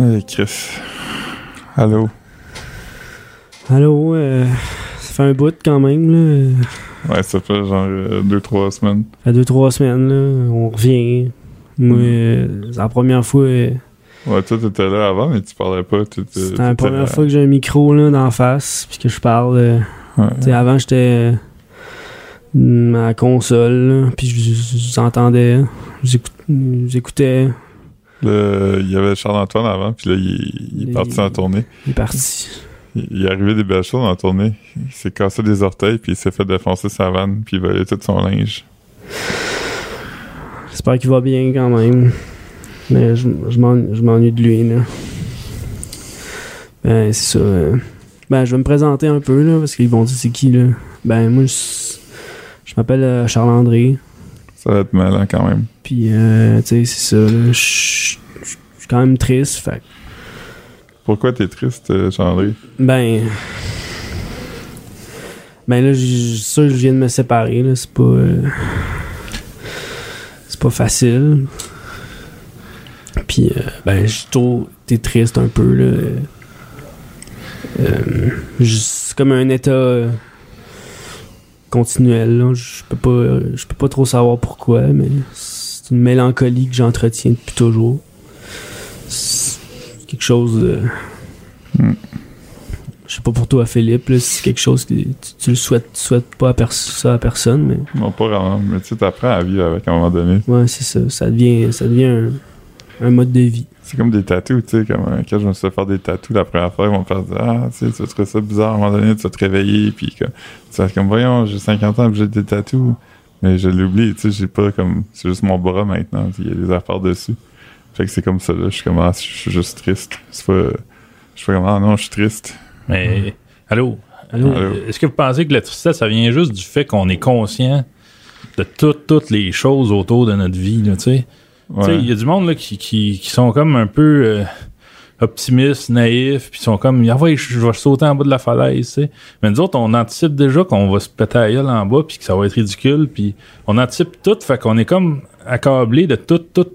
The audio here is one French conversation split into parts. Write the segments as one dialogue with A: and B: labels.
A: Eh, Chris. Allô?
B: Allô, euh, ça fait un bout quand même. Là.
A: Ouais, ça fait genre euh, deux, trois semaines.
B: Ça fait deux, trois semaines, là, on revient. Moi, euh, c'est la première fois. euh,
A: Ouais, toi, t'étais là avant, mais tu parlais pas. t'étais-
B: c'est la
A: t'étais-
B: première fois que j'ai un micro là, d'en face, puis que je parle. euh,
A: Ouais.
B: tu sais, avant, j'étais euh, à la console, là, puis je- je je vous entendais. j'écoute- J'écoutais.
A: Le- Il y avait Charles-Antoine avant, puis là, il, il est
B: Il-
A: parti en tournée.
B: Il est parti.
A: Il, il est arrivé des belles choses en tournée. Il s'est cassé des orteils, puis il s'est fait défoncer sa vanne, puis il volait tout son linge.
B: J'espère qu'il va bien quand même. Mais je, je m'en- je m'ennuie de lui, là. Ben, c'est ça. euh. Ben, je vais me présenter un peu, là, parce qu'ils vont dire c'est qui, là. Ben, moi, je, je m'appelle euh, Charles-André.
A: Ça va être malin quand même.
B: Puis, euh, tu sais, c'est ça, là. Je je- je suis quand même triste, fait que-
A: Pourquoi t'es triste, euh, Chandré?
B: Ben. Ben, là, j'ai- c'est sûr que je viens de me séparer, là. C'est pas. euh, c'est pas facile. Puis, euh, ben, je trouve t'es triste un peu, là. Euh, je- c'est comme un état euh, continuel, là. Je peux pas, euh, je peux pas trop savoir pourquoi, mais c'est une mélancolie que j'entretiens depuis toujours. C'est quelque chose de.
A: Mm.
B: Je sais pas pour toi, Philippe, là, si c'est quelque chose que tu, tu le souhaites, tu souhaites pas à pers- ça à personne, mais.
A: Non, pas vraiment, mais tu sais, t'apprends à vivre avec à un moment donné.
B: Ouais, c'est ça. Ça devient, ça devient un, un mode de vie.
A: C'est comme des tatous, tu sais, comme euh, quand je me suis fait faire des tatous la première fois, ils vont me faire dire Ah, tu sais, tu vas trouver ça bizarre, à un moment donné, tu vas te réveiller, puis comme, tu vas être comme, voyons, j'ai 50 ans, puis j'ai des tatous. Mais je l'oublie, tu sais, j'ai pas comme, c'est juste mon bras maintenant, tu sais, il y a des affaires dessus. Fait que c'est comme ça, là, je suis comme, ah, je suis juste triste. C'est pas, je suis pas comme, ah non, je suis triste.
C: Mais allô,
B: Allô?
A: Allô?
C: euh, est-ce que vous pensez que la tristesse, ça vient juste du fait qu'on est conscient de toutes, toutes les choses autour de notre vie, là, tu sais? Tu sais,
A: Ouais.
C: Il y a du monde là, qui, qui, qui sont comme un peu euh, optimistes, naïfs, puis sont comme ah ouais, je, je vais sauter en bas de la falaise. tu sais. Mais nous autres, on anticipe déjà qu'on va se péter à gueule en bas, puis que ça va être ridicule, puis on anticipe tout, fait qu'on est comme accablé de tout, tout,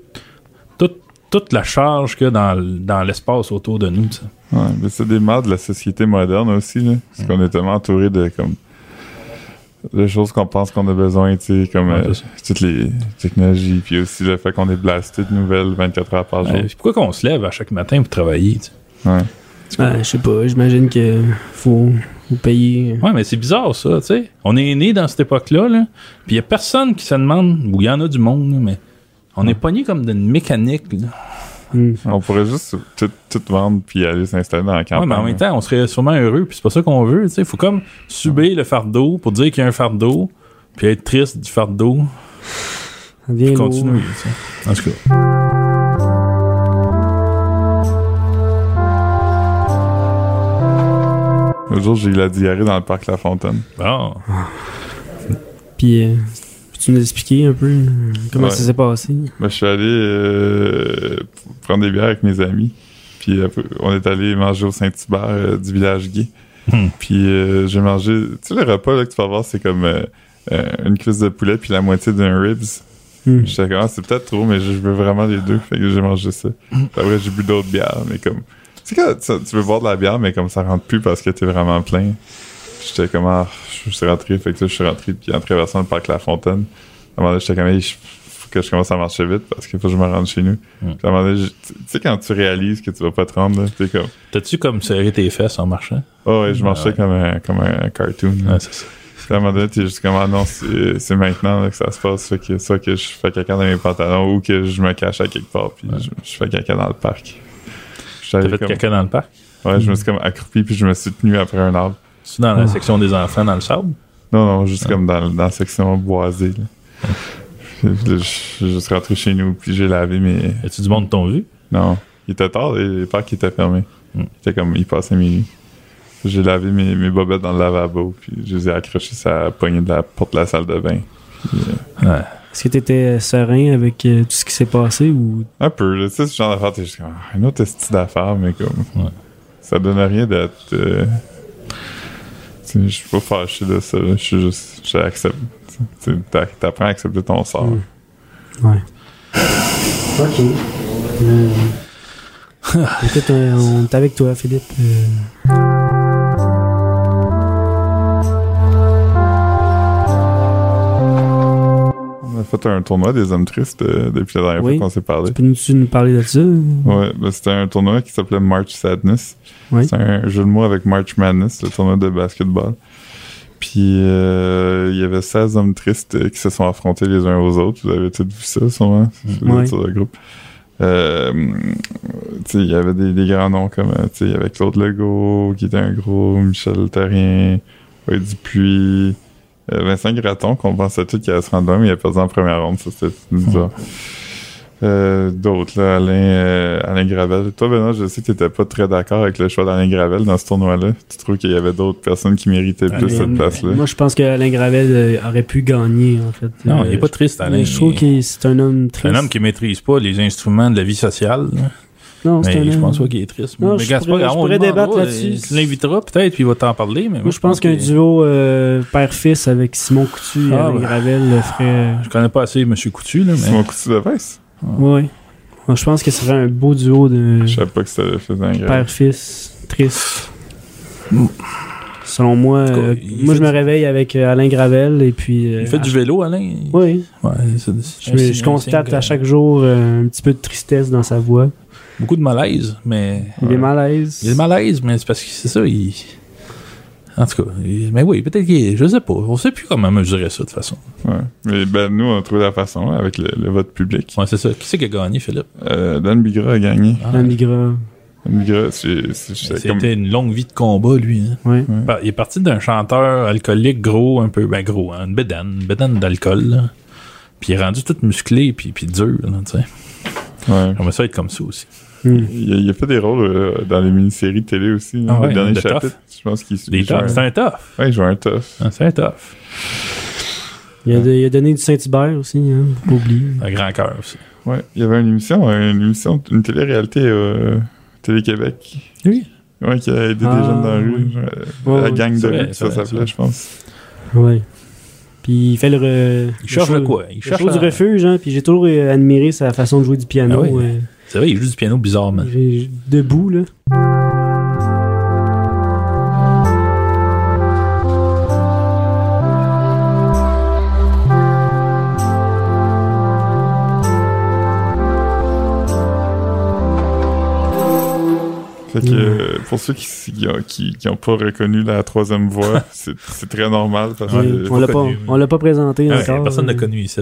C: tout, toute la charge qu'il y a dans, l- dans l'espace autour de nous. tu sais.
A: Ouais, mais c'est des mal de la société moderne aussi, là. Parce
C: Mhm.
A: qu'on est tellement entouré de, comme, de choses qu'on pense qu'on a besoin, tu sais, comme
C: Ouais,
A: euh,
C: c'est ça.
A: toutes les technologies, puis aussi le fait qu'on est blasté de nouvelles 24 heures par jour.
C: Ouais, puis pourquoi qu'on se lève à chaque matin pour travailler? tu sais?
A: Ouais.
B: Ben, je sais pas. J'imagine que faut, faut payer.
C: Ouais, mais c'est bizarre ça, tu sais. On est né dans cette époque-là, là, puis il y a personne qui se demande, ou il y en a du monde, là, mais on est pogné comme d'une mécanique. là.
B: Hmm.
A: On pourrait juste tout, tout vendre puis aller s'installer dans la campagne.
C: Ouais, mais en même temps, on serait sûrement heureux, puis c'est pas ça qu'on veut, tu sais. Faut comme subir le fardeau pour dire qu'il y a un fardeau, puis être triste du fardeau,
B: Ça
C: puis
B: devient lourd.
C: continuer, tu sais. En tout cas.
A: Le jour, j'ai eu la diarrhée dans le parc La Fontaine.
C: Bon.
B: Puis, euh, peux-tu nous expliquer un peu euh, comment
A: Ouais.
B: ça s'est passé?
A: Ben, je suis allé euh, prendre des bières avec mes amis. Puis après, on est allé manger au Saint-Hubert euh, du village gay.
C: Hmm.
A: Puis euh, j'ai mangé. Tu sais, le repas là, que tu vas voir, c'est comme euh, euh, une cuisse de poulet puis la moitié d'un ribs.
B: Hmm.
A: J'étais comme, ah, c'est peut-être trop, mais je veux vraiment les deux. Fait que j'ai mangé ça. Puis Après, j'ai bu d'autres bières, mais comme. Tu sais, quand ça- tu veux boire de la bière, mais comme ça rentre plus parce que t'es vraiment plein. Puis J'étais comme, ah, je suis rentré. Fait que là, je suis rentré. Puis en traversant le parc La Fontaine, à un moment donné, j'étais comme, hey, je- faut que je commence à marcher vite parce qu'il faut que je me rende chez nous.
C: Mm.
A: Puis à un moment donné, je- tu tu sais, quand tu réalises que tu vas pas te rendre, là, t'es comme,
C: T'as-tu comme serré tes fesses en marchant?
A: oh ouais, je
C: Ouais,
A: marchais
C: Ah ouais.
A: comme un, comme un cartoon. là.
C: Ouais, c'est ça.
A: Puis à un moment donné, t'es juste comme, ah non, c'est c'est maintenant là, que ça se passe. Fait que soit que je fais caca dans mes pantalons ou que je me cache à quelque part, puis je, je fais caca dans le parc.
C: T'as
A: J'avais
C: fait
A: Euh, comme-
C: caca dans le parc?
A: Ouais, je me suis comme accroupi, puis je me suis tenu après un arbre.
C: Tu dans la section des enfants dans le sable?
A: Non, non, juste comme dans, dans la section boisée. Là. Puis là, je suis juste rentré chez nous, puis j'ai lavé mes.
C: As-tu du monde de ton vu?
A: Non, il était tard, et le parc était fermé.
C: Mm.
A: Il était comme, il passait minuit. J'ai lavé mes, mes bobettes dans le lavabo, puis je les ai accrochées sur la poignée de la porte de la salle de bain.
C: Ouais.
B: Est-ce que t'étais serein avec euh, tout ce qui s'est passé ou
A: Un peu, là. Tu sais, ce genre d'affaire, t'es juste comme, Ah, un autre style d'affaire, mais comme.
C: Ouais.
A: Ça donne rien d'être. euh, tu sais, Je suis pas fâché de ça, là. Je suis juste. J'accepte. Tu sais, t'a- T'apprends à accepter ton
C: Mm.
A: sort.
B: Ouais. Écoute, euh, on est avec toi, Philippe. Euh,
A: On a fait un tournoi des hommes tristes euh, depuis la dernière
B: Oui.
A: fois qu'on s'est parlé.
B: Peux-tu nous parler de ça?
A: Ouais, ben, c'était un tournoi qui s'appelait March Sadness.
B: Mm. Oui.
A: C'est un jeu de mots avec March Madness, le tournoi de basketball. Puis euh, il y avait 16 hommes tristes euh, qui se sont affrontés les uns aux autres. Vous avez tous vu ça, sûrement, sur le-
B: Mm. Ouais.
A: sur le groupe. Euh, tu sais, il y avait des, des grands noms comme euh, tu sais, il y avait Claude Legault, qui était un gros, Michel Tarien, Roy Dupuis, euh, Vincent Graton, qu'on pensait tout qu'il allait se rendre loin, mais il a perdu en première ronde. Ça, c'était bizarre. Euh, D'autres, là, Alain, euh, Alain Gravel. Toi, Benoît, je sais que t'étais pas très d'accord avec le choix d'Alain Gravel dans ce tournoi-là. Tu trouves qu'il y avait d'autres personnes qui méritaient plus
C: Alain-
A: cette place-là?
B: Moi, je pense qu'Alain Gravel euh, aurait pu gagner, en fait.
C: Non,
B: Euh,
C: il est pas triste, Alain.
B: Je trouve
C: Il-
B: que c'est un homme
C: C'est
B: triste.
C: un homme qui maîtrise pas les instruments de la vie sociale. là.
B: Non, c'est un
C: Mais je
B: homme-
C: pense pas qu'il est triste.
B: Non,
C: mais
B: je
C: gars, c'est pas
B: pourrais-
C: grave,
B: je
C: on
B: pourrais
C: demandera,
B: débattre là-dessus.
C: euh, Tu l'inviteras peut-être, puis il va t'en parler. Mais
B: Moi, je pense qu'un
C: que-
B: duo euh, père-fils avec Simon Coutu et
C: Ah,
B: Alain
C: ouais. Ah.
B: Gravel le ferait.
C: Je connais pas assez M. Coutu, là,
A: C'est
C: mais
A: mon coup de fesse.
B: Oui. Je pense que ce serait un beau duo de
A: Je savais pas que c'était le fils d'Alain Gravel.
B: père-fils triste.
C: Mm.
B: Selon moi,
C: tout cas,
B: euh,
C: il
B: moi je
C: fait
B: me
C: du-
B: réveille avec euh, Alain Gravel et puis.
C: il fait du vélo, Alain.
B: Oui,
C: Ouais, c'est- c'est
B: je,
C: un signe-
B: je
C: un
B: constate
C: signe
B: à
C: que-
B: chaque jour euh, un petit peu de tristesse dans sa voix.
C: Beaucoup de malaise, mais.
B: Il
A: Ouais.
B: est mal à l'aise.
C: Il est mal à l'aise, mais c'est parce que c'est ça, il. En tout cas, il- mais oui, peut-être qu'il est- Je sais pas. On sait plus comment mesurer ça, de toute façon.
A: Ouais. Mais ben, nous, on a trouvé la façon là, avec le, le vote public.
C: Ouais, c'est ça. Qui c'est qui a gagné, Philippe
A: Euh, Dan Bigra a gagné.
C: Ah,
B: La migra.
A: Dan Bigra, c'est- c'est- c'est
C: C'était
A: comme-
C: une longue vie de combat, lui. hein.
B: Ouais.
C: Par- Il est parti d'un chanteur alcoolique gros, un peu, ben gros, hein, une bédane, une bédane d'alcool. là. Puis il est rendu tout musclé, puis, puis dur, là, tu sais.
A: ouais.
C: J'aimerais ça être comme ça aussi.
B: Mm.
A: Il a, il a fait des rôles euh, dans les mini-séries de télé aussi. hein. là.
C: Ah ouais,
A: le dernier
C: de tough.
A: chapitre, je pense qu'il
C: Des
A: il joue
C: toughs, c'est
A: un-
C: un tough.
A: Ouais, il joue un tough.
C: Hein, C'est un tough.
B: Il, a, de- il a donné du Saint-Hubert aussi, hein, faut pas oublier.
C: Un grand cœur aussi.
A: Ouais. Il y avait une émission, une émission, une télé-réalité euh, Télé-Québec.
C: Oui.
A: Ouais, qui a aidé
B: Ah,
A: des jeunes dans la rue.
B: oui.
A: genre,
B: Ouais,
A: la
B: ouais,
A: gang de
C: c'est vrai,
A: rue, ça
C: c'est vrai,
A: s'appelait, je pense.
B: Ouais. Puis il fait le. re-
C: Il cherche
B: show-
C: le quoi Il
B: le
C: cherche
B: show du
C: un-
B: refuge, hein, puis j'ai toujours euh, admiré sa façon de jouer du piano.
C: Ah oui.
B: euh,
C: C'est vrai, il joue du piano bizarrement.
B: j'ai- j'ai- debout, là.
A: Fait que,
B: Mm.
A: euh, pour ceux qui n'ont qui, qui ont pas reconnu la troisième voix, c'est c'est très normal parce
C: Ah,
B: Oui,
A: que
B: on l'a pas,
C: connu, mais-
B: on l'a pas présenté
C: Ah ouais,
B: encore.
C: personne
B: euh.
C: n'a connu ici.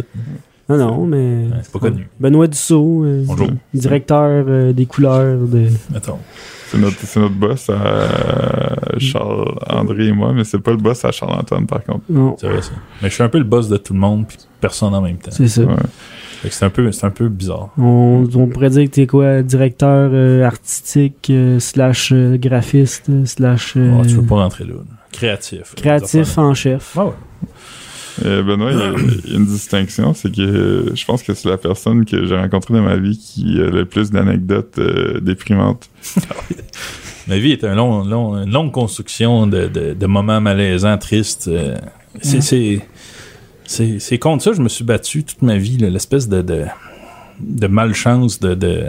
B: Non, non, mais.
C: Ouais, c'est pas connu.
B: Benoît Dussault, euh,
C: Bonjour.
B: directeur euh, des couleurs de.
C: Mettons.
A: C'est notre, c'est notre boss à Charles, André et moi, mais c'est pas le boss à Charles-Antoine par contre.
B: Non,
C: C'est vrai ça. Mais je suis un peu le boss de tout le monde puis personne en même temps.
B: c'est ça.
A: Ouais.
C: Fait que C'est un peu, c'est un peu bizarre.
B: On, on pourrait dire que t'es quoi, directeur euh, artistique, euh, slash euh, graphiste, euh, slash euh,
C: Ah, tu veux pas rentrer là. là. Créatif.
B: créatif hein. en chef.
C: Ah ouais.
A: Euh, Benoît, il y, a, il y a une distinction, c'est que euh, je pense que c'est la personne que j'ai rencontrée dans ma vie qui a le plus d'anecdotes euh, déprimantes.
C: Ma vie est un long, long, une longue construction de, de, de moments malaisants, tristes. euh, C'est, c'est, c'est, c'est contre ça que je me suis battu toute ma vie, là, l'espèce de, de, de malchance. De, de...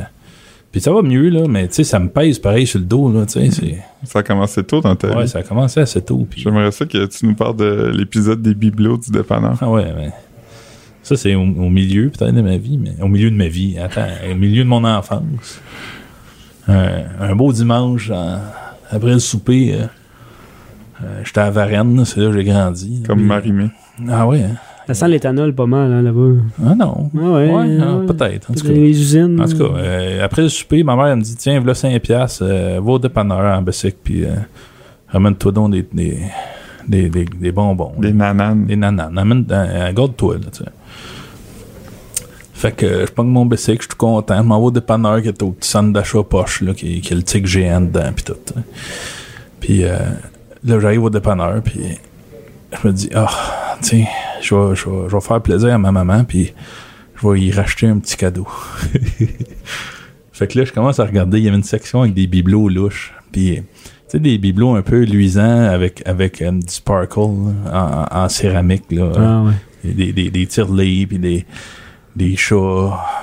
C: Puis ça va mieux, là, mais tu sais, ça me pèse pareil sur le dos. Là, tu sais, c'est...
A: Ça a commencé tôt dans ta
C: Ouais,
A: vie.
C: ça a commencé assez tôt. Puis...
A: J'aimerais ça que tu nous parles de l'épisode des bibelots du dépanneur.
C: Ah ouais, mais... Ça, c'est au, au milieu peut-être de ma vie, mais au milieu de ma vie, attends, au milieu de mon enfance. Un, un beau dimanche, en- après le souper, euh, euh, j'étais à Varennes, c'est là que j'ai grandi.
A: Comme
C: Puis-
A: Marimé.
C: Ah ouais, hein?
B: Ça sent l'éthanol pas mal, hein, là-bas.
C: Ah non.
B: Ah ouais,
C: Ouais, ah,
B: ouais.
C: peut-être, en tout cas.
B: Les usines.
C: En tout cas, euh, après le souper, ma mère elle me dit Tiens, voilà 5 piastres, euh, va au dépanneur en Bessic, puis euh, ramène-toi donc des, des, des, des- des bonbons.
A: Des nananes.
C: des nananes. Amène, euh, garde-toi, là, tu sais. Fait que euh, je prends mon bicycle, je suis tout content. Je m'envoie au dépanneur qui est au petit centre d'achat poche, là, qui, qui a le tic géant dedans, pis tout. tu sais. Puis euh, là, j'arrive au dépanneur, puis je me dis, ah, tu sais, je vais, je, vais, je vais faire plaisir à ma maman, puis je vais y racheter un petit cadeau. fait que là, je commence à regarder, il y avait une section avec des bibelots louches, puis tu sais, des bibelots un peu luisants avec, avec euh, du sparkle là, en, en céramique, là.
B: Ah ouais.
C: Et des, des, des tire-lits, puis des, Des chats,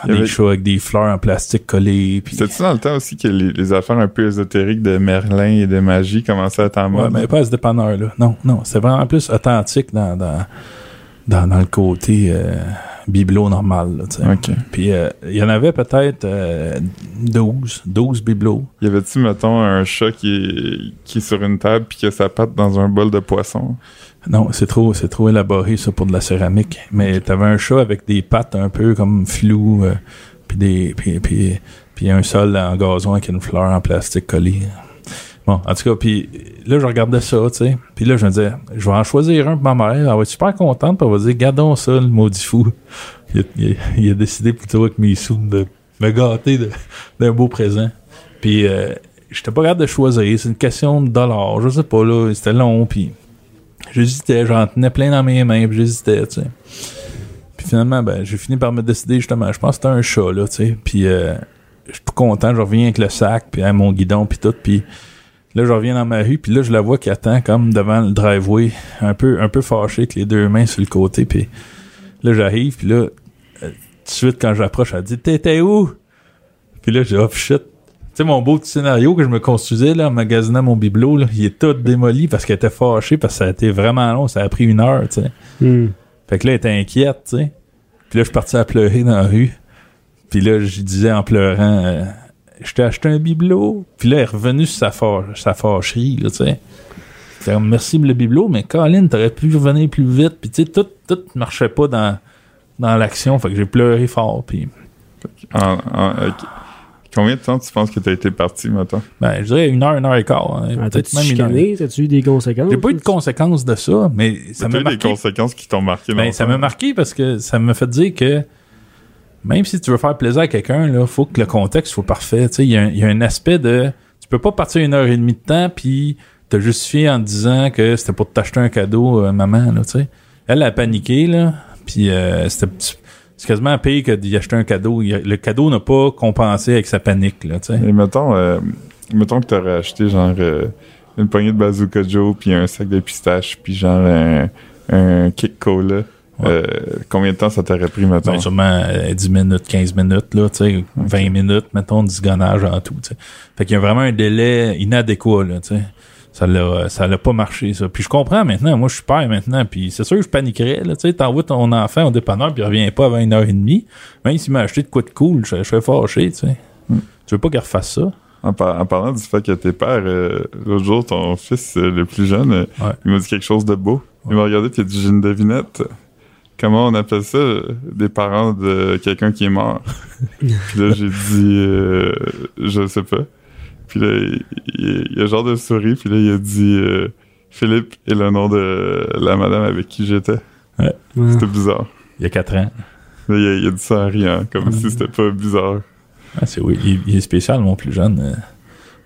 A: Il y
C: des
A: avait-
C: chats avec des fleurs en plastique collées. Puis...
A: C'était-tu dans le temps aussi que les, les affaires un peu ésotériques de Merlin et de magie commençaient à être en
C: Ouais, ben,
A: mode?
C: mais pas à ce dépanneur, là. Non, non. C'est vraiment plus authentique dans, dans, dans, dans le côté euh, bibelot normal, là, tu sais.
A: Ok.
C: Puis euh, il y en avait peut-être euh, 12, 12 bibelots.
A: Y avait-tu, mettons, un chat qui est, qui est sur une table puis que ça patte dans un bol de poisson?
C: Non, c'est trop, c'est trop élaboré, ça, pour de la céramique. Mais t'avais un chat avec des pattes un peu comme floues, euh, puis des, puis, puis, puis un sol en gazon avec une fleur en plastique collée. Bon, en tout cas, puis là, je regardais ça, tu sais. Puis là, je me disais, je vais en choisir un pour ma mère. Elle va être super contente, puis elle va dire, gardons ça, le maudit fou. Il a, il a- il a décidé plutôt avec mes sous de me gâter de- d'un beau présent. Puis, euh, j'étais pas capable de choisir. C'est une question de dollars. Je sais pas, là, c'était long, puis... J'hésitais, j'en tenais plein dans mes mains, puis j'hésitais, tu sais. Puis finalement, ben, j'ai fini par me décider, justement. Je pense que c'était un chat, là, tu sais. Puis euh, je suis tout content, je reviens avec le sac, puis hein, mon guidon, puis tout. Puis là, je reviens dans ma rue, puis là, je la vois qui attend comme devant le driveway, un peu, un peu fâchée, avec les deux mains sur le côté. Puis là, j'arrive, puis là, euh, tout de suite, quand j'approche, elle dit « T'étais où? » Puis là, j'ai dit « Oh, shit! » Tu sais, mon beau petit scénario que je me construisais, là, en magasinant mon bibelot, là, il est tout démoli parce qu'elle était fâchée, parce que ça a été vraiment long, ça a pris une heure, tu sais.
B: Hmm.
C: Fait que là, elle était inquiète, tu sais. Puis là, je suis parti à pleurer dans la rue. Puis là, je disais en pleurant, euh, je t'ai acheté un bibelot. Puis là, elle est revenue sur sa, fâ- sa fâcherie, là, tu sais. J'étais comme, merci pour le bibelot, mais Colin, t'aurais pu revenir plus vite. Puis tu sais, tout, tout marchait pas dans, dans l'action. Fait que j'ai pleuré fort. Puis
A: En, en- euh, combien de temps tu penses que t'as été parti, mettons?
C: ben, je dirais une heure, une heure et quart. hein.
B: Ah,
C: Peut-être
B: T'as-tu
C: même une heure.
B: chicané? T'as-tu eu des conséquences?
C: J'ai pas eu de conséquences de ça, mais
A: Mais t'as
C: ça m'a
A: eu des
C: marqué
A: conséquences hein. qui t'ont marqué
C: Ben,
A: longtemps.
C: ça m'a marqué parce que ça m'a fait dire que même si tu veux faire plaisir à quelqu'un, il faut que le contexte soit parfait. Tu sais, Il y, a un- il y a un aspect de. Tu peux pas partir une heure et demie de temps puis te justifier en disant que c'était pour t'acheter un cadeau, euh, maman. Là, tu sais. Elle a paniqué, là, puis euh, c'était. C'est quasiment pire que d'y acheter un cadeau. Il y a- Le cadeau n'a pas compensé avec sa panique. Là, tu sais.
A: Et mettons, euh, mettons que t'aurais acheté genre euh, une poignée de bazooka Joe puis un sac de pistache puis genre un, un kick cola. Euh, combien de temps ça t'aurait pris, mettons?
C: Ben, sûrement euh, 10 minutes, 15 minutes, là, tu sais, 20 minutes, mettons, de zigonnage en tout. tu sais. Fait qu'il y a vraiment un délai inadéquat, là, tu sais. Ça l'a, ça l'a pas marché, ça. Puis je comprends maintenant, moi je suis père maintenant, puis c'est sûr que je paniquerais, là, tu sais, t'envoies ton enfant au dépanneur, puis il revient pas avant une heure et demie. Même s'il m'a acheté de quoi de cool, je, je serais fâché, tu sais. Tu veux pas qu'il refasse ça?
A: En, par- en parlant du fait que t'es père, euh, l'autre jour, ton fils euh, le plus jeune, euh,
C: Ouais.
A: il m'a dit quelque chose de beau. Il m'a regardé puis il a dit J'ai une devinette. Comment on appelle ça euh, des parents de quelqu'un qui est mort Puis là, j'ai dit euh, Je sais pas. Puis là, il, il- il a genre de souris, puis là, il a dit euh, Philippe est le nom de la madame avec qui j'étais.
B: Ouais.
A: C'était bizarre.
C: Il y a 4 ans.
A: Là, il, a, il a dit ça en riant, comme si c'était pas bizarre.
C: Ah, c'est oui. Il, il est spécial, mon plus jeune. Euh,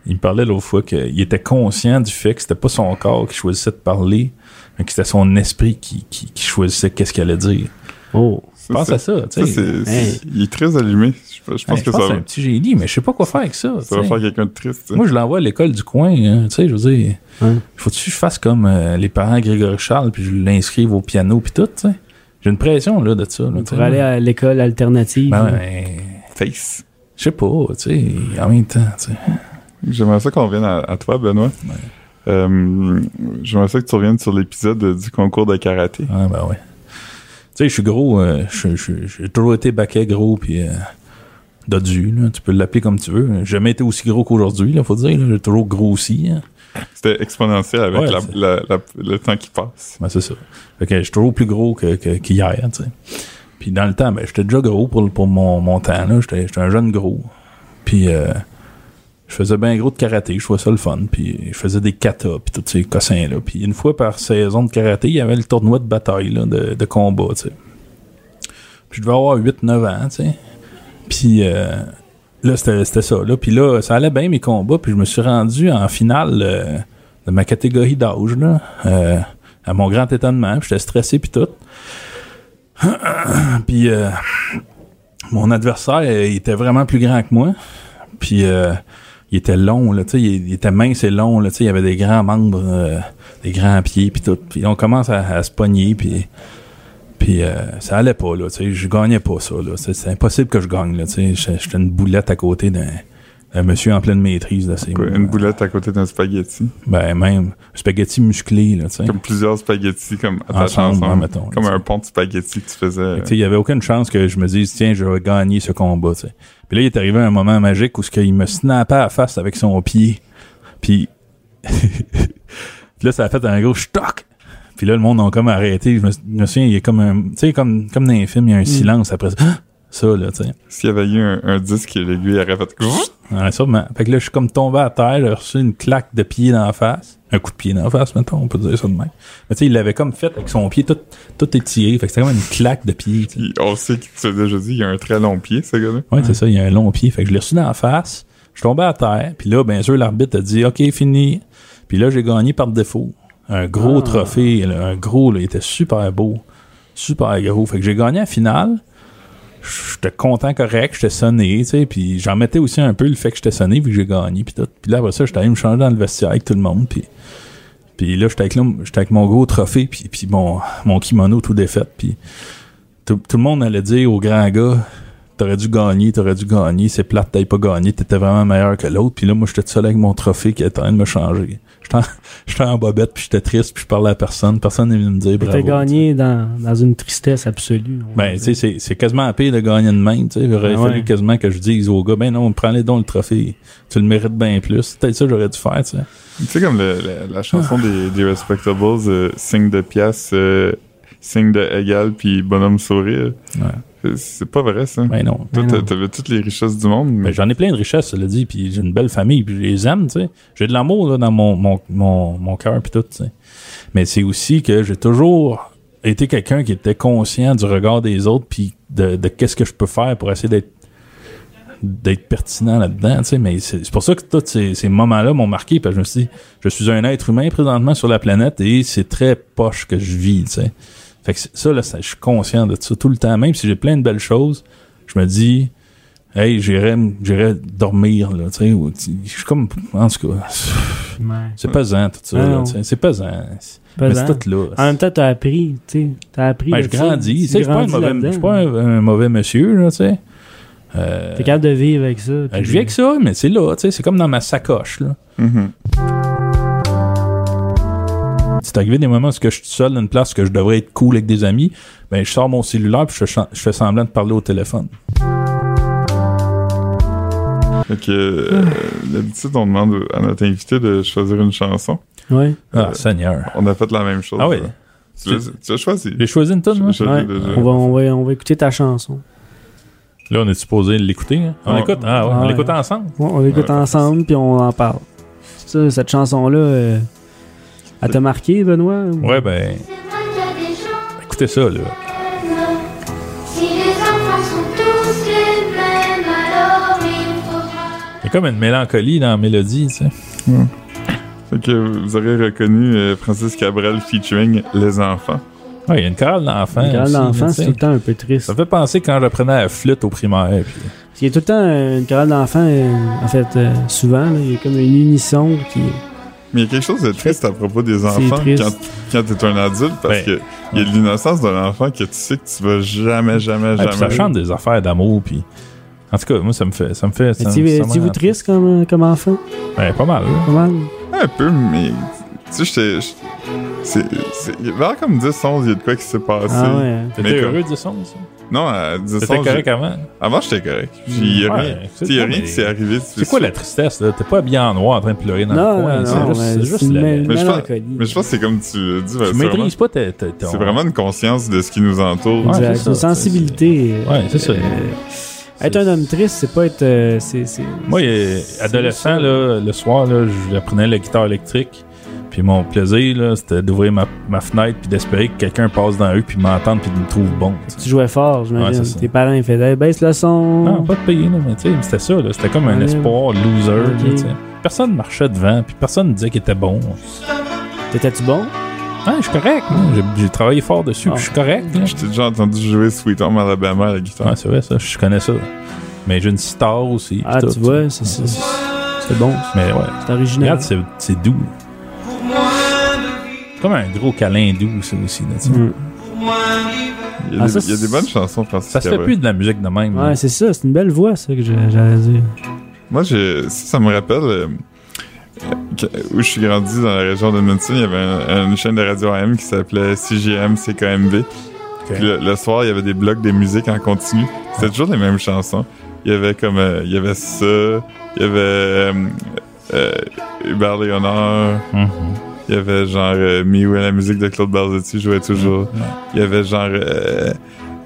C: Il me parlait l'autre fois qu'il était conscient du fait que c'était pas son corps qui choisissait de parler, mais que c'était son esprit qui, qui, qui choisissait qu'est-ce qu'il allait dire.
B: Oh.
A: Ça,
C: Pense
A: c'est-
C: à ça, tu
A: ça,
C: sais. Hey,
A: c'est-
B: Hey.
A: c'est- Il est très allumé. Je, je
C: Je pense
A: pense que ça
C: c'est
A: va.
C: un petit génie, mais je sais pas quoi faire avec ça. tu
A: Ça va
C: sais.
A: faire quelqu'un de triste. ça.
C: Moi, je l'envoie à l'école du coin, hein, tu sais, je veux dire.
B: Hein?
C: Faut-tu que je fasse comme euh, les parents de Grégory Charles, puis je l'inscrive au piano, puis tout, tu sais. J'ai une pression, là, de ça. là, tu
B: Pour
C: sais.
B: aller à l'école alternative.
C: Ben,
B: là.
C: ben,
A: Face.
C: je sais pas, tu sais, en même temps, tu sais.
A: J'aimerais ça qu'on revienne à, à toi, Benoît. Euh, J'aimerais ça que tu reviennes sur l'épisode euh, du concours de karaté.
C: Ah ben ouais. Tu sais, je suis gros, euh, je- je- j'ai toujours été baquet gros puis euh, dodu, là. tu peux l'appeler comme tu veux. J'ai jamais été aussi gros qu'aujourd'hui, là, faut dire, là. j'ai toujours grossi. hein.
A: C'était exponentiel avec
C: Ouais,
A: la-
C: c'est-
A: la- la- le temps qui passe.
C: Ben, c'est ça. Fait que je suis toujours plus gros que, que- qu'hier, tu sais. Puis dans le temps, ben, j'étais déjà gros pour, pour mon, mon temps, là. J'étais, j'étais un jeune gros. Puis euh, je faisais bien gros de karaté, je trouvais ça le fun. Puis je faisais des katas, puis tous ces cossins-là. Puis une fois par saison de karaté, il y avait le tournoi de bataille, là, de, de combat, tu sais. Puis je devais avoir 8-9 ans, tu sais. Puis euh, là, c'était, c'était ça, là. Puis là, ça allait bien mes combats, puis je me suis rendu en finale euh, de ma catégorie d'âge, là. Euh, à mon grand étonnement, puis j'étais stressé puis tout. puis euh, mon adversaire, euh, il était vraiment plus grand que moi. Puis euh, il était long là, tu sais, il, il était mince et long là, tu sais, il avait des grands membres, euh, des grands pieds puis tout. Puis on commence à, à se pogner puis Puis euh, ça allait pas, là, tu sais, je gagnais pas ça, là. C'est- C'est impossible que je gagne, là, tu sais. J'étais j'étais une boulette à côté d'un d'un monsieur en pleine maîtrise, là. c'est-
A: Quoi, Une boulette à côté d'un spaghetti.
C: Ben, même, spaghetti musclé, là, tu sais.
A: Comme plusieurs spaghettis comme à ta
C: Ensemble,
A: chanson.
C: ouais, mettons, là,
A: comme
C: tu sais.
A: un pont de spaghettis que tu faisais.
C: Fait que, tu sais, Il n'y avait aucune chance que je me dise, tiens, je vais gagner ce combat. tu sais. Puis là, il est arrivé un moment magique où ce qu'il me snappait à la face avec son pied. Puis là, ça a fait un gros stock. Puis là, le monde a comme arrêté. Je me, je me souviens, il y a comme un... Tu sais, comme, comme dans les films, il y a un silence après ça. Ah! Ça, là, tu sais.
A: S'il y avait eu un, un disque, l'aiguille aurait fait.
C: Ouais, sûrement. Fait que là, je suis comme tombé à terre, j'ai reçu une claque de pied dans la face. Un coup de pied dans la face, mettons, on peut dire ça de même. Mais tu sais, il l'avait comme fait avec son pied tout, tout étiré. Fait que c'était comme une claque de pied, tu sais.
A: Puis on sait que tu l'as déjà dit, il a un très long pied, ce gars-là.
C: Ouais, c'est ça, il y a un long pied. Fait que je l'ai reçu dans la face. Je suis tombé à terre. Puis là, bien sûr, l'arbitre a dit OK, fini. Puis là, j'ai gagné par défaut. Un gros
B: Ah.
C: trophée, là, un gros, là, il était super beau. Super gros. Fait que j'ai gagné en finale. J'étais content correct, j'étais sonné, tu sais, puis j'en mettais aussi un peu le fait que j'étais sonné vu que j'ai gagné puis tout. Puis là après ça, j'étais allé me changer dans le vestiaire avec tout le monde puis puis là j'étais avec, là- j'étais avec mon gros trophée puis puis mon mon kimono tout défait puis tout, tout le monde allait dire au grand gars T'aurais dû gagner, t'aurais dû gagner, c'est plate, t'avais pas gagné, t'étais vraiment meilleur que l'autre. Puis là, moi, j'étais tout seul avec mon trophée qui était en train de me changer. J'étais en, j'étais en bobette, puis j'étais triste, puis je parlais à personne. Personne n'est venu me dire bravo.
B: T'as gagné dans, dans une tristesse absolue. on va
C: Ben,
B: dire.
C: tu sais, c'est- c'est quasiment pire de gagner de même, tu sais. Il aurait
B: Ben
C: fallu
B: ouais.
C: quasiment que je dise au gars, ben non, prends-les donc le trophée. Tu le mérites bien plus. C'est peut-être ça que j'aurais dû faire, tu sais.
A: Tu sais, comme le- la, la chanson des, des Respectables, euh, signe de pièce, euh, signe de égal, puis bonhomme sourire.
C: Ouais.
A: C'est- C'est pas vrai, ça.
C: Ben non.
A: Toi,
B: Mais
A: t'a-
B: non.
A: t'avais toutes les richesses du monde, mais
C: Mais j'en ai plein de richesses, cela dit, puis j'ai une belle famille, puis je les aime, tu sais. J'ai de l'amour, là, dans mon, mon, mon, mon cœur, puis tout, tu sais. Mais c'est aussi que j'ai toujours été quelqu'un qui était conscient du regard des autres, puis de, de qu'est-ce que je peux faire pour essayer d'être d'être pertinent là-dedans, tu sais, mais c'est c'est pour ça que tous ces, ces moments-là m'ont marqué, parce que je me suis dit, je suis un être humain présentement sur la planète et c'est très poche que je vis, tu sais. Fait que c'est- ça, là, ça, je suis conscient de ça tout le temps, même si j'ai plein de belles choses, je me dis, hey, j'irais m- j'irais dormir, là, tu sais, ou tu- je suis comme, en tout cas,
B: Ouais.
C: c'est pesant tout ça,
B: Ah
C: là,
B: non.
C: tu sais, c'est pesant. Mais
B: Pesant.
C: c'est tout là.
B: En même temps, t'as appris, tu sais. T'as appris.
C: Ben,
B: là,
C: je
B: tu
C: grandis, tu sais, je suis pas, un
B: grandis
C: mauvais,
B: là-dedans.
C: je suis pas un, un mauvais monsieur, là, tu sais. Euh,
B: T'es capable de vivre avec ça.
C: euh,
B: puis-
C: je vis avec ça, mais c'est là, tu sais, c'est comme dans ma sacoche, là.
A: Mhm.
C: C'est arrivé des moments où est-ce que je suis seul dans une place que je devrais être cool avec des amis, ben je sors mon cellulaire puis je, chan- je fais semblant de parler au téléphone.
A: Fait que, euh, d'habitude, on demande à notre invité de choisir une chanson.
B: Ouais.
C: Ah,
A: Euh,
C: Seigneur.
A: On a fait la même chose.
C: Ah oui,
A: là. Tu l'as tu l'as choisi.
C: j'ai choisi une tonne, hein? moi.
A: Je l'ai
B: Ouais.
A: déjà.
B: On, va, on, va, on va écouter ta chanson.
C: Là, on est supposé l'écouter. hein? On
A: Ouais.
C: l'écoute, ah, ouais, on
B: Ouais.
C: l'écoute ensemble.
B: Ouais, on l'écoute
A: Ouais.
B: ensemble, puis on en parle. Ça, cette chanson-là, euh, elle t'a marqué, Benoît? ou-
C: Ouais, ben,
D: C'est vrai qu'il y a des gens
C: écoutez ça, là.
D: qui aiment. Si les enfants sont tous les mêmes, alors il faudra.
C: Il y a comme une mélancolie dans la mélodie, tu sais.
A: Fait que vous aurez reconnu euh, Francis Cabrel featuring Les Enfants.
C: Ouais, il y a une chorale d'enfant.
B: Quand
C: aussi, là,
B: l'enfant,
C: tu
B: c'est
C: sais.
B: tout le temps un peu triste.
C: Ça me fait penser quand j'apprenais à la flûte au primaire. puis-
B: Parce qu'il y a tout le temps euh, une chorale d'enfants, euh, en fait, euh, souvent, là, il y a comme une unisson qui.
A: Mais il y a quelque chose de triste à propos des enfants
B: triste.
A: quand, quand t'es un adulte parce
C: Ben,
A: que il y a de l'innocence de l'enfant que tu sais que tu vas jamais, jamais,
C: Ouais, puis ça
A: jamais.
C: chante des affaires d'amour. Puis... En tout cas, moi, ça me fait. Ça me fait ça,
B: Étiez-
C: ça me-
B: Étiez-vous triste comme, euh, comme enfant?
C: Ouais, pas mal. là.
B: Comment?
A: Un peu, mais tu sais, j'étais. j'étais- C'est. c'est- Vers comme 10, 11, il y a de quoi qui s'est passé.
B: Ah ouais.
A: Mais
C: T'étais
A: comme-
C: heureux du son, ça?
A: Non, à 10, 11.
C: T'étais
A: j'ai-
C: correct avant?
A: Avant, j'étais correct. Il y a
C: Ouais,
A: rien, tu
C: c'est
A: sais, il y a
C: ça,
A: rien
C: mais-
A: qui s'est arrivé.
C: C'est quoi la tristesse, là? T'es pas bien en noir en train de pleurer dans
B: Non,
C: le coin.
B: non,
C: c'est
B: non,
C: juste,
B: mais
C: c'est juste
B: c'est une
C: la-
B: mêle-
A: Mais je pense-
B: mélancolie.
A: Mais je pense que c'est comme tu l'as dit, ben,
C: Tu
A: c'est vraiment,
C: maîtrises pas ta- ta- ton-
A: c'est vraiment une conscience de ce qui nous entoure.
C: Ouais,
B: Exact.
C: c'est
B: C'est
C: ça,
B: une
C: c'est-
B: sensibilité. euh,
C: Ouais, c'est ça.
B: Être un homme triste, c'est pas être. euh, c'est- c'est-
C: Moi, euh,
B: c'est-
C: adolescent,
B: c'est-
C: là, le soir, là, je prenais la guitare électrique. Puis mon plaisir, là, c'était d'ouvrir ma, ma fenêtre puis d'espérer que quelqu'un passe dans eux puis m'entende puis me trouve bon. tu sais.
B: Tu jouais fort, j'imagine.
C: Ouais, c'est ça.
B: Tes parents, ils faisaient baisse le son.
C: Non, pas de payer, là, mais tu sais, c'était ça, là. C'était comme un
B: Ouais.
C: espoir loser, là,
B: Ok.
C: tu sais. Personne marchait devant, puis personne disait qu'il était bon.
B: T'étais-tu bon?
C: Ah, je suis correct, là. J'ai- J'ai travaillé fort dessus,
B: Ah.
C: puis je suis correct, là.
A: Je t'ai déjà entendu jouer Sweet Home Alabama à la guitare.
C: Ouais, c'est vrai, ça. Je connais ça. Mais j'ai une star aussi. puis
B: Ah,
C: tout,
B: tu vois, c'est- c'est c'est bon. ça.
C: Mais ouais.
B: C'est original.
C: Regarde, c'est- c'est doux. C'est Comme un gros câlin doux, ça aussi, là, tu sais.
B: Mm.
E: Moins d'hiver,
A: Il y a,
B: Ah,
A: des,
B: ça,
A: il y a des bonnes chansons
C: Ça
A: françaises.
C: se fait plus de la musique de même.
B: Ouais, c'est ça, c'est une belle voix, ça, que j'ai- j'allais dire.
A: Moi, j'ai- ça, ça me rappelle euh, que- où je suis grandi dans la région de Munson. Il y avait un- une chaîne de radio AM qui s'appelait CGM CKMV. Puis le, le soir, il y avait des blocs de musique en continu. C'était toujours les mêmes chansons. Il y avait comme euh, il y avait ça, il y avait euh, euh, Hubert Léonard,
C: Mhm.
A: il y avait genre euh, Me Who et la musique de Claude Barzotti jouait toujours. Il y avait genre euh,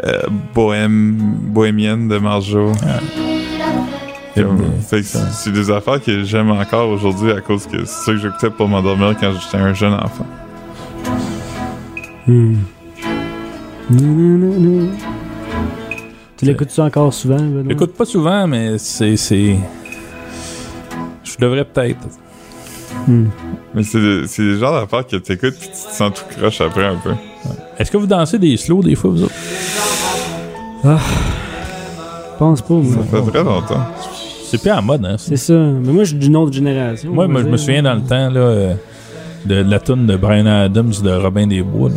A: euh, Bohème, Bohémienne de Marjo.
C: Et-
A: Comme- fait que c'est c'est des affaires que j'aime encore aujourd'hui à cause que c'est ça que j'écoutais pour m'endormir quand j'étais un jeune enfant.
B: Hmm. Non, non, non, non. Tu l'écoutes-tu encore souvent, Benoît?
C: J'écoute pas souvent, mais c'est. c'est- Je devrais peut-être.
B: Hmm.
A: Mais c'est des- c'est le genre d'affaires que t'écoutes pis tu te sens tout croche après un peu.
C: Est-ce que vous dansez des slow des fois, vous autres?
B: Je pense pas, moi.
A: Ça fait très longtemps.
C: C'est plus à la mode, hein? ça.
B: C'est ça. Mais moi, je suis d'une autre génération.
C: Moi,
B: on va
C: moi, je
B: dire.
C: me souviens dans le temps là, euh, de, de la tune de Brian Adams de Robin des Bois. là.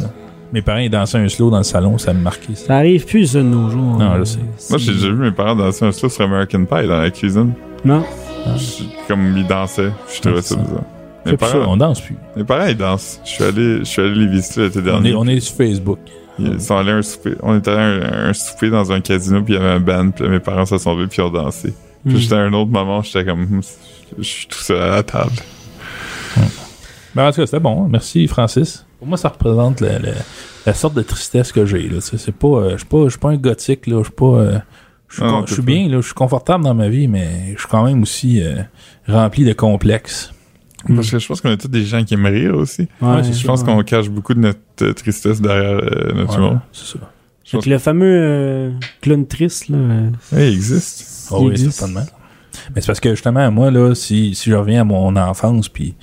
C: Mes parents ils dansaient un slow dans le salon, ça me marquait. ça.
B: Ça arrive plus, ça, de nos jours.
C: Non,
B: hein.
C: je sais.
A: Moi, j'ai déjà vu mes parents danser un slow sur American Pie dans la cuisine.
B: Non.
A: Je- Comme ils dansaient, je trouvais ça bizarre. Mes
C: C'est plus ça,
A: parents,
C: on danse plus.
A: mes parents, ils dansent. Je suis allé, je suis allé les visiter l'été
C: On
A: dernier.
C: est, on est sur Facebook.
A: Ils sont allés à un souper. On était allé à un, un souper dans un casino, puis il y avait un band, puis là, mes parents se sont levés, puis ils ont dansé. Puis
B: Hmm.
A: j'étais à un autre moment, j'étais comme, Hum, je suis tout seul à la table.
C: Mais Ben, en tout cas, c'était bon. Merci, Francis. Pour moi, ça représente le- le- la sorte de tristesse que j'ai. là, tu sais. C'est pas, euh, je suis pas, je suis pas un gothique. là, Je suis pas, euh, je suis
A: Non,
C: con-
A: non,
C: je suis
A: t'es pas.
C: bien. là, Je suis confortable dans ma vie, mais je suis quand même aussi euh, rempli de complexes.
A: Parce que je pense qu'on est tous des gens qui aiment rire aussi.
C: Ouais, c'est
A: Je pense qu'on cache beaucoup de notre euh, tristesse derrière euh, notre
C: Voilà,
A: humour.
C: c'est ça.
A: je
B: Fait
A: pense-
B: que le fameux euh, clown triste, là. euh,
A: Oui, il existe.
C: Ah
B: il
C: oui,
B: existe.
C: certainement. Mais c'est parce que justement, moi, là, si, si je reviens à mon enfance, puis, tu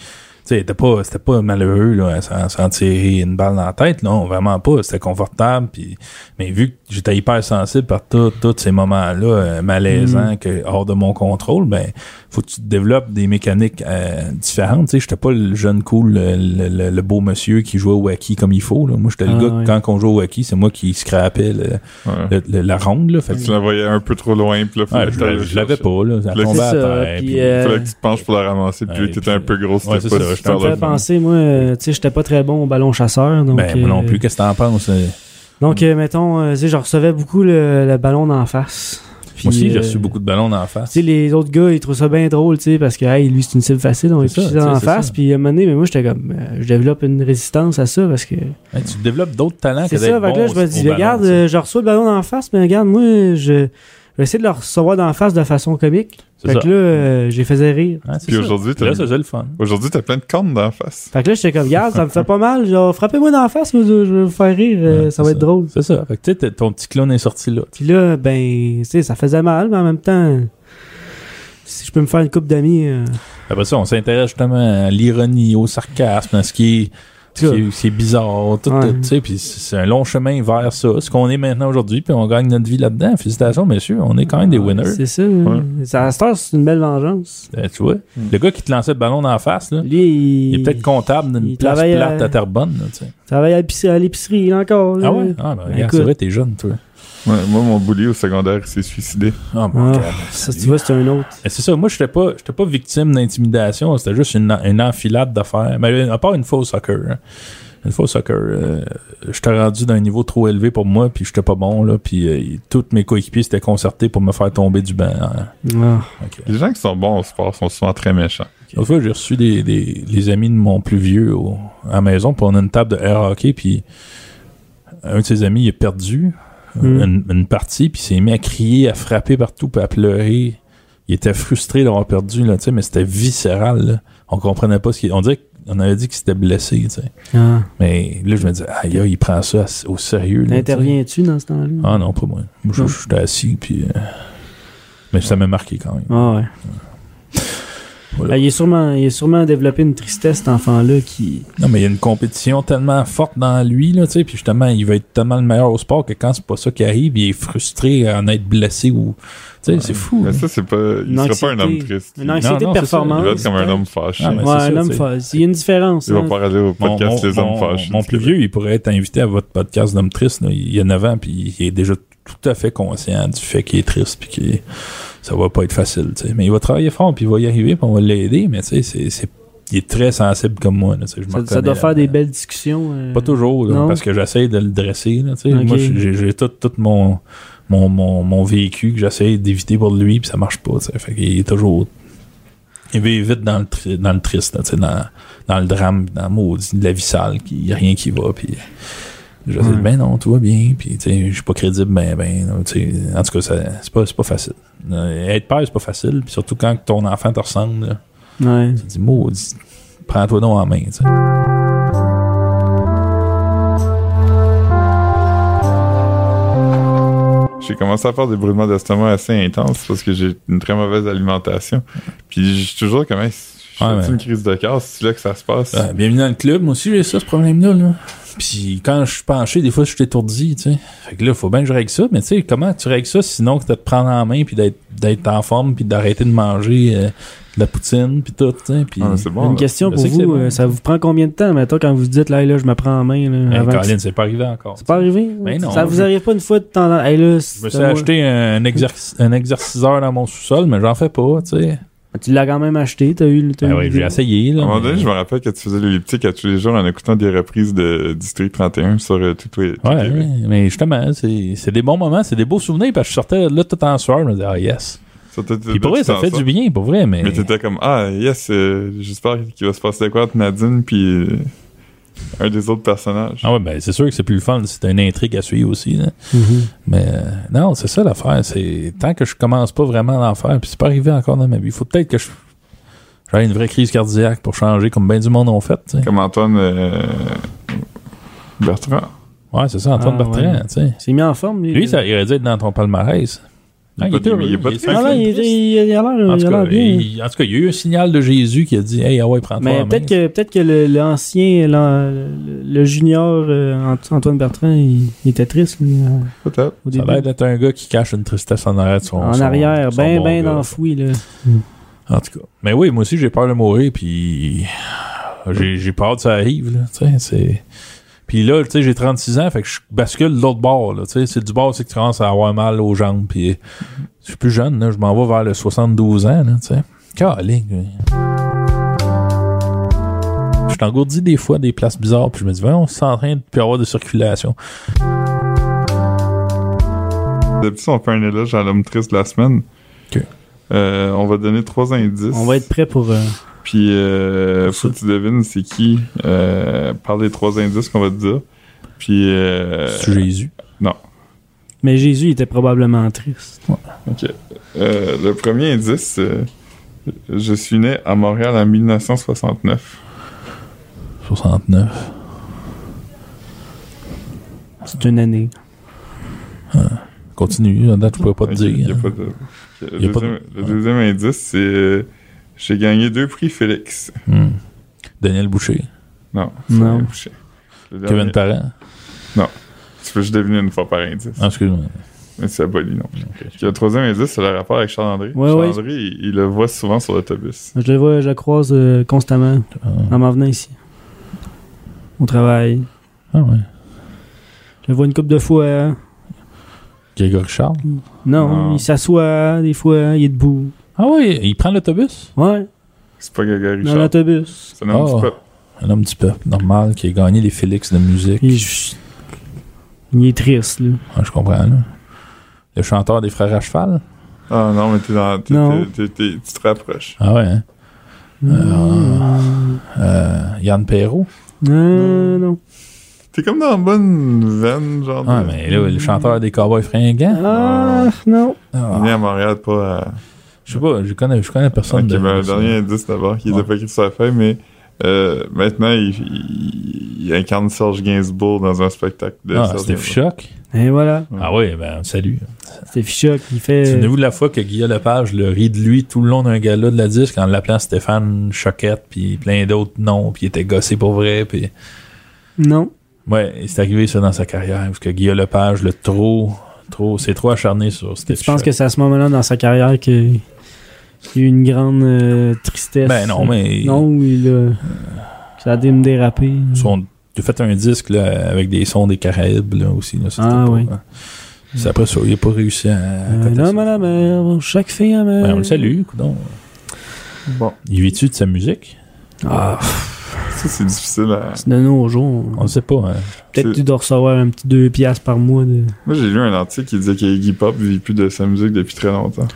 C: sais, c'était pas, c'était pas malheureux, là, à s'en- s'en tirer une balle dans la tête, non, vraiment pas. C'était confortable, puis, mais vu que j'étais hyper sensible par tout- tous ces moments-là, euh, malaisants,
B: Mm.
C: que, hors de mon contrôle, ben, faut que tu développes des mécaniques euh, différentes, tu sais. J'étais pas le jeune cool, le, le- le- le beau monsieur qui jouait au hockey comme il faut, là. Moi, j'étais
B: Ah,
C: le gars,
B: ouais.
C: que quand on jouait au hockey, c'est moi qui scrapais le-
A: Ouais.
C: le- le- la ronde, là. Fait que-
A: Tu la voyais un peu trop loin, puis là, faut
C: Ouais,
A: que
C: je
A: tu
C: l'avais-
A: ailles
C: je l'avais
A: chercher.
C: pas, là. Ça
A: C'est
C: tombait à
B: ça,
C: terre.
B: puis,
C: puis-
B: euh,
A: Fallait que tu te penches pour la ramasser, puis
C: Ouais,
A: là, t'étais
C: puis-
A: un peu gros,
C: Ouais,
A: c'était
C: c'est
A: pas
C: ça,
A: super
C: je
B: Ça me
A: le
B: fait
A: fun.
B: penser, moi, euh, tu sais, j'étais pas très bon au ballon chasseur. Donc,
C: Ben, moi non
B: euh,
C: plus, qu'est-ce que t'en penses? euh?
B: Donc, euh, mettons, euh, tu sais, je recevais beaucoup le, le ballon d'en face. Puis,
C: Moi aussi, j'ai
B: euh,
C: reçu beaucoup de ballons dans la face.
B: Tu sais, les autres gars, ils trouvent ça bien drôle, tu sais, parce que, hey, lui, c'est une cible facile, on
C: C'est
B: est
C: ça,
B: tous
C: tu sais,
B: dans la
C: c'est
B: face.
C: ça.
B: Puis, à un moment donné, mais moi, j'étais comme, euh, je développe une résistance à ça parce que.
C: Hey, tu développes d'autres talents que
B: C'est
C: d'être
B: ça, fait que là,
C: bon
B: je me
C: au- au
B: dis,
C: ballon,
B: regarde,
C: tu sais.
B: euh, je reçois le ballon d'en face, mais regarde, moi, je, je vais essayer de le recevoir d'en face de façon comique.
C: C'est
B: Fait
C: ça.
B: que là, euh, je les faisais rire.
C: Hein, c'est
A: Puis
C: ça.
A: aujourd'hui, t'as-
C: Là, ça, c'est le fun.
A: Aujourd'hui, t'as plein de cornes dans la face.
B: Fait que là, j'étais comme, regarde, ça me fait pas mal, genre, frappez-moi d'en face, moi, je je vais vous faire rire, euh,
C: Ouais,
B: ça va
C: c'est
B: être drôle.
C: C'est ça. Fait que tu sais, t'es- ton petit clown est sorti là.
B: Puis là, ben, tu sais, ça faisait mal, mais en même temps, si je peux me faire une coupe d'amis, euh,
C: Après ça, on s'intéresse justement à l'ironie, au sarcasme, à ce qui est, ce qui est- ce qui est bizarre, tout,
B: Ouais.
C: tout, tu sais, puis c'est c'est un long chemin vers ça, ce qu'on est maintenant aujourd'hui, puis on gagne notre vie là-dedans. Félicitations, messieurs, on est quand même des winners.
B: Ah, c'est ça. hein. Ça, à cette heure, c'est une belle vengeance.
C: Euh, tu vois,
B: Mm.
C: le gars qui te lançait le ballon dans la face, là,
B: Lui, il,
C: il est peut-être comptable d'une
B: il
C: place
B: travaille à-
C: plate à Terrebonne, là, tu sais.
B: travaille à l'épicerie- à l'épicerie, là, encore. là.
C: Ah ouais? Ah, ben, regarde,
B: écoute.
C: c'est vrai, t'es jeune, toi.
A: Ouais, moi, mon bully au secondaire, il s'est suicidé.
C: Ah,
B: Ah,
C: mon gars.
B: ça, tu vois, c'est un autre.
C: Et C'est ça, moi, j'étais pas, j'étais pas victime d'intimidation, c'était juste une, une enfilade d'affaires. Mais à part une fois au soccer, hein. Une fois au soccer, euh, j'étais rendu d'un niveau trop élevé pour moi, puis j'étais pas bon, là, puis euh, tous mes coéquipiers s'étaient concertés pour me faire tomber du banc. hein.
B: Ah.
C: Ok.
A: Les gens qui sont bons au sport sont souvent très méchants.
C: L'autre fois, j'ai reçu des, des- les amis de mon plus vieux au- à la maison, puis on a une table de air hockey, puis un de ses amis, il a perdu
B: Mm.
C: une, une partie, puis il s'est mis à crier, à frapper partout, puis à pleurer. Il était frustré d'avoir perdu, là, tu sais, mais c'était viscéral, là. On comprenait pas ce qu'il... On dirait qu'on avait dit qu'il s'était blessé, tu sais.
B: Ah.
C: Mais là, je me disais, aïe, aïe, il prend ça à- au sérieux, là, tu sais.
B: Interviens-tu dans ce temps-là?
C: Ah non, pas moi. Moi, je-
B: Non.
C: j'étais assis, puis... euh, Mais ça m'a marqué quand même.
B: Ah ouais.
C: Voilà.
B: Ah, il, est sûrement, il est sûrement développé une tristesse, cet enfant-là, qui.
C: Non, mais il y a une compétition tellement forte dans lui, là, tu sais, puis justement, il va être tellement le meilleur au sport que quand c'est pas ça qui arrive, il est frustré à en être blessé ou. Tu sais, c'est fou.
A: Mais ça, c'est pas. Il
B: Une
A: sera
B: anxiété.
A: pas un homme triste.
B: Une anxiété
C: non,
B: de
C: c'est ça.
A: Il
B: performance.
A: va être comme un homme fâché.
C: Ah,
B: Ouais,
C: mais c'est
B: un
C: ça,
B: homme
C: tu sais.
B: fâché. Il y a une différence.
A: Il va
B: hein.
A: pas aller au
C: Mon,
A: podcast
C: mon-
A: Les hommes
C: mon-
A: fâchés.
C: mon plus vieux, il pourrait être invité à votre podcast d'homme triste. là. Il y a 9 ans, puis il est déjà tout à fait conscient du fait qu'il est triste, puis que ça va pas être facile. tu sais. Mais il va travailler fort, puis il va y arriver, puis on va l'aider. Mais tu sais, c'est- c'est- il est très sensible comme moi. là, tu sais, je me
B: Ça, ça
C: reconnais
B: doit faire
C: là-dedans.
B: des belles discussions. euh,
C: Pas toujours, là,
B: Non.
C: parce que j'essaie de le dresser. Là, tu sais.
B: Ok.
C: Moi, j'ai j'ai tout, tout mon, mon, mon, mon véhicule que j'essaie d'éviter pour lui, puis ça marche pas. tu sais. Fait qu'il est toujours. Il vit vite dans le, tri- dans le triste, là, tu sais, dans, dans le drame, dans le maudit, de la vie sale, qu'il n'y a rien qui va. Puis j'essaie de,
B: Ouais.
C: ben non, tout va bien, puis tu sais, je suis pas crédible, ben ben. tu sais. En tout cas, ça- c'est pas, c'est pas facile. Euh, être père, c'est pas facile, puis surtout quand ton enfant te ressemble, là,
B: Ouais.
C: tu te dis, maudit, prends-toi donc en main. tu sais.
A: J'ai commencé à faire des brûlements d'estomac assez intenses parce que j'ai une très mauvaise alimentation. Puis je suis toujours comme, hey, je
C: Ouais,
A: fais
C: mais-
A: une crise de cœur, c'est là que ça se passe.
C: Ah, bienvenue dans le club. Moi aussi, j'ai ça, ce problème-là. Là. Puis quand je suis penché, des fois, je suis étourdi, tu sais. Fait que là, faut bien que je règle ça. Mais tu sais, comment tu règles ça sinon que de te prendre en main puis d'être, d'être en forme puis d'arrêter de manger euh, de la poutine puis tout, tu sais. Puis...
A: Ah, mais c'est bon.
B: Une
A: là.
B: question
C: ben,
B: pour
C: Je sais que c'est
B: vous,
C: bon.
B: euh, ça vous prend combien de temps, mettons, quand vous dites, là, hey, là, je me prends en main, là,
C: Hey,
B: avant que-
C: Colin, c'est pas arrivé encore.
B: C'est pas arrivé? hein?
C: Ben non.
B: ça vous arrive pas une fois de temps en temps? Hey, là, c'est-
C: Je me suis
B: moi-
C: acheté un, exerc- un exerciceur dans mon sous-sol, mais j'en fais pas, tu sais.
B: Ah, Tu l'as quand même acheté, t'as eu le t'as
C: Ben
B: eu
C: oui,
B: l'idée.
C: j'ai essayé,
A: À
C: là.
A: un moment
C: mais-
A: donné, je me rappelle que tu faisais l'elliptique à tous les jours en écoutant des reprises de District 31 sur euh, tout, tout- tout
C: Ouais,
A: TV.
C: mais justement, c'est, c'est des bons moments, c'est des beaux souvenirs, parce que je sortais là tout en sueur, je me disais, ah yes.
A: Ça, t'as- t'as-
C: Puis pour vrai,
A: t'as-
C: ça fait
A: t'as-
C: du bien, pour vrai, mais.
A: Mais t'étais comme, ah, yes, euh, j'espère qu'il va se passer de quoi entre Nadine puis euh, un des autres personnages.
C: Ah ouais, ben c'est sûr que c'est plus le fun, c'est une intrigue à suivre aussi. là.
B: Mhm.
C: Mais euh, non, c'est ça l'affaire, c'est tant que je commence pas vraiment à l'en faire, puis c'est pas arrivé encore dans ma vie. Faut peut-être que je j'aille une vraie crise cardiaque pour changer comme ben du monde ont fait, tu sais.
A: Comme Antoine euh, Bertrand.
C: Ouais, c'est ça Antoine
B: Ah,
C: Bertrand,
B: ouais.
C: tu sais.
B: C'est mis en forme, lui. euh.
C: Lui, ça irait dire dans ton palmarès.
A: Il est pas-
C: était
A: il est
C: heureux,
A: pas
C: il
A: triste.
C: était
B: Non, non, il, il- il a l'air
C: en
B: il
C: tout,
B: a
C: cas,
B: l'air bien.
C: il- en tout cas, il y a eu un signal de Jésus qui a dit Hey, ah ouais, prends-toi. en
B: Mais
C: main.
B: peut-être que, peut que le- l'ancien, l'an- le, le junior euh, Ant- Antoine Bertrand, il, il était triste, lui, euh,
A: Peut-être.
B: au
C: Ça
B: début.
C: a l'air d'être un gars qui cache une tristesse en arrière de son.
B: en
C: son-
B: arrière,
C: son
B: ben,
C: bon
B: ben
C: gars.
B: enfoui, là.
C: En tout cas. Mais oui, moi aussi, j'ai peur de mourir, puis j'ai j'ai peur que ça arrive, là. Tu sais, c'est. Puis là, tu sais, j'ai 36 ans, fait que je bascule de l'autre bord, là. Tu sais, c'est du bord, c'est que tu commences à avoir mal aux jambes, puis je suis plus jeune, là. Je m'en vais vers le 72 ans, là, tu sais. Caling, Je t'engourdis des fois des places bizarres, puis je me dis, on s'entraîne de plus avoir de circulation.
A: D'habitude, on fait un éloge à l'homme triste de la semaine.
C: Ok.
A: Euh, on va donner trois indices.
B: On va être prêt pour. euh,
A: Puis, euh, faut que tu devines c'est qui euh, par les trois indices qu'on va te dire. Puis, euh,
C: C'est Jésus.
B: Mais Jésus il était probablement triste.
A: ok. Euh, le premier indice, euh, je suis né à Montréal en 1969.
C: 69.
B: C'est une année.
C: Continue, en date, je pourrais pas te
A: Ok, y a
C: dire. hein.
A: pas de- Le
C: Y a pas de-
A: deuxième, le deuxième indice, c'est euh, j'ai gagné deux prix Félix.
C: Hmm. Daniel Boucher.
A: Non.
B: Non.
A: Félix Boucher. Le dernier-
C: Kevin Parent.
A: Tu peux juste deviner une fois par indice.
C: Ah, excuse-moi.
A: Mais c'est aboli, non. Puis le troisième indice, c'est le rapport avec Charles-André.
B: Ouais, ouais.
A: Charles-André, il, il le voit souvent sur l'autobus.
B: Je le vois, je le croise euh, constamment
C: Ah,
B: en m'en venant ici. Au travail.
C: ah ouais.
B: Je le vois une couple de fois.
C: Grégory Charles.
B: Non,
A: Non.
B: il s'assoit des fois, il est debout.
C: Ah ouais, il prend l'autobus.
B: Ouais,
A: C'est pas Grégory
B: dans
A: Charles.
B: l'autobus. Ah.
A: C'est un homme
C: Oh.
A: du peuple.
C: Un homme du peuple, normal, qui a gagné les Félix de musique.
B: Il est juste- il est triste, là.
C: Ah, je comprends, là. Le chanteur des Frères à cheval.
A: Ah non, mais t'es dans. t'es-
B: Non.
A: t'es- t'es- t'es- tu te rapproches.
C: Ah ouais, hein. Euh, euh, Yann Perrault.
B: Euh, non.
A: T'es comme dans une bonne veine, genre.
C: Ah,
A: de-
C: mais là, le chanteur des Cowboys fringants.
B: Ah, non.
C: Ah,
A: Il est né à Montréal, pas à.
C: je sais pas, je connais, je connais personne
A: Ok,
C: de.
A: ben, un dernier indice d'abord, qui
C: Ouais.
A: était pas écrit sur la feuille, mais Euh, maintenant, il, il- il incarne Serge Gainsbourg dans un spectacle de
C: Ah,
A: Serge
C: c'était
A: Gainsbourg.
C: Fichoc.
B: Et voilà,
C: Ah oui, ben, salut.
B: c'était Fichoc. Il fait. euh,
C: Souvenez-vous de la fois que Guillaume Lepage le rit de lui tout le long d'un gala de la disque en l'appelant Stéphane Choquette, puis plein d'autres noms, puis il était gossé pour vrai, puis...
B: Non.
C: Ouais, et c'est arrivé ça dans sa carrière, parce que Guillaume Lepage, le trop, trop, c'est trop acharné sur Stéphane
B: Tu penses que c'est à ce moment-là dans sa carrière qu'il qu'il y a eu une grande euh, tristesse?
C: Ben non, mais...
B: Non, où il a. que Ça a dû me déraper.
C: Son... Tu as fait un disque là, avec des sons des Caraïbes là, aussi. Là, ça, c'était
B: Ah,
C: pas- hein.
B: oui.
C: C'est après ça, il n'a pas réussi à.
B: Euh,
C: coter
B: L'homme
C: ça.
B: à la mer, chaque fille à mer.
C: Ben, on le salue, coudon.
A: Bon,
C: Il vit-tu de sa musique
B: Ah, pff,
A: ça, c'est difficile à...
B: c'est de nos jours.
C: On ne sait pas. hein.
B: Peut-être
A: C'est-
B: que tu dois recevoir un petit 2 piastres par mois. De...
A: Moi, j'ai lu un article qui disait qu'Iggy Pop vit plus de sa musique depuis très longtemps.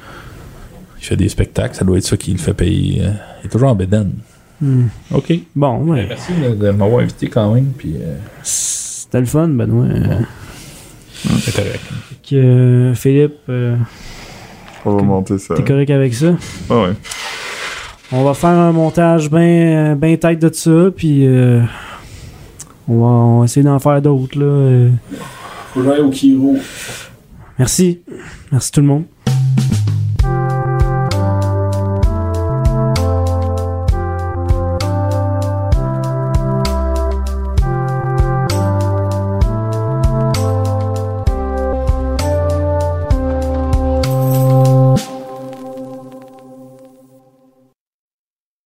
C: Il fait des spectacles, ça doit être ça qui le fait payer. euh, Il est toujours en bédaine.
B: Hmm.
C: OK.
B: Bon, ouais.
C: Merci de, de m'avoir invité quand même, puis euh,
B: C'était le fun, Benoît. Euh,
C: c'est correct.
B: fait que, euh, Philippe, euh,
A: On va monter ça.
B: t'es correct avec ça?
A: Ah ouais.
B: On va faire un montage bien ben tête de ça, puis euh, on, va, on va essayer d'en faire d'autres. là. euh.
C: Faut au Kiro.
B: Merci. Merci tout le monde.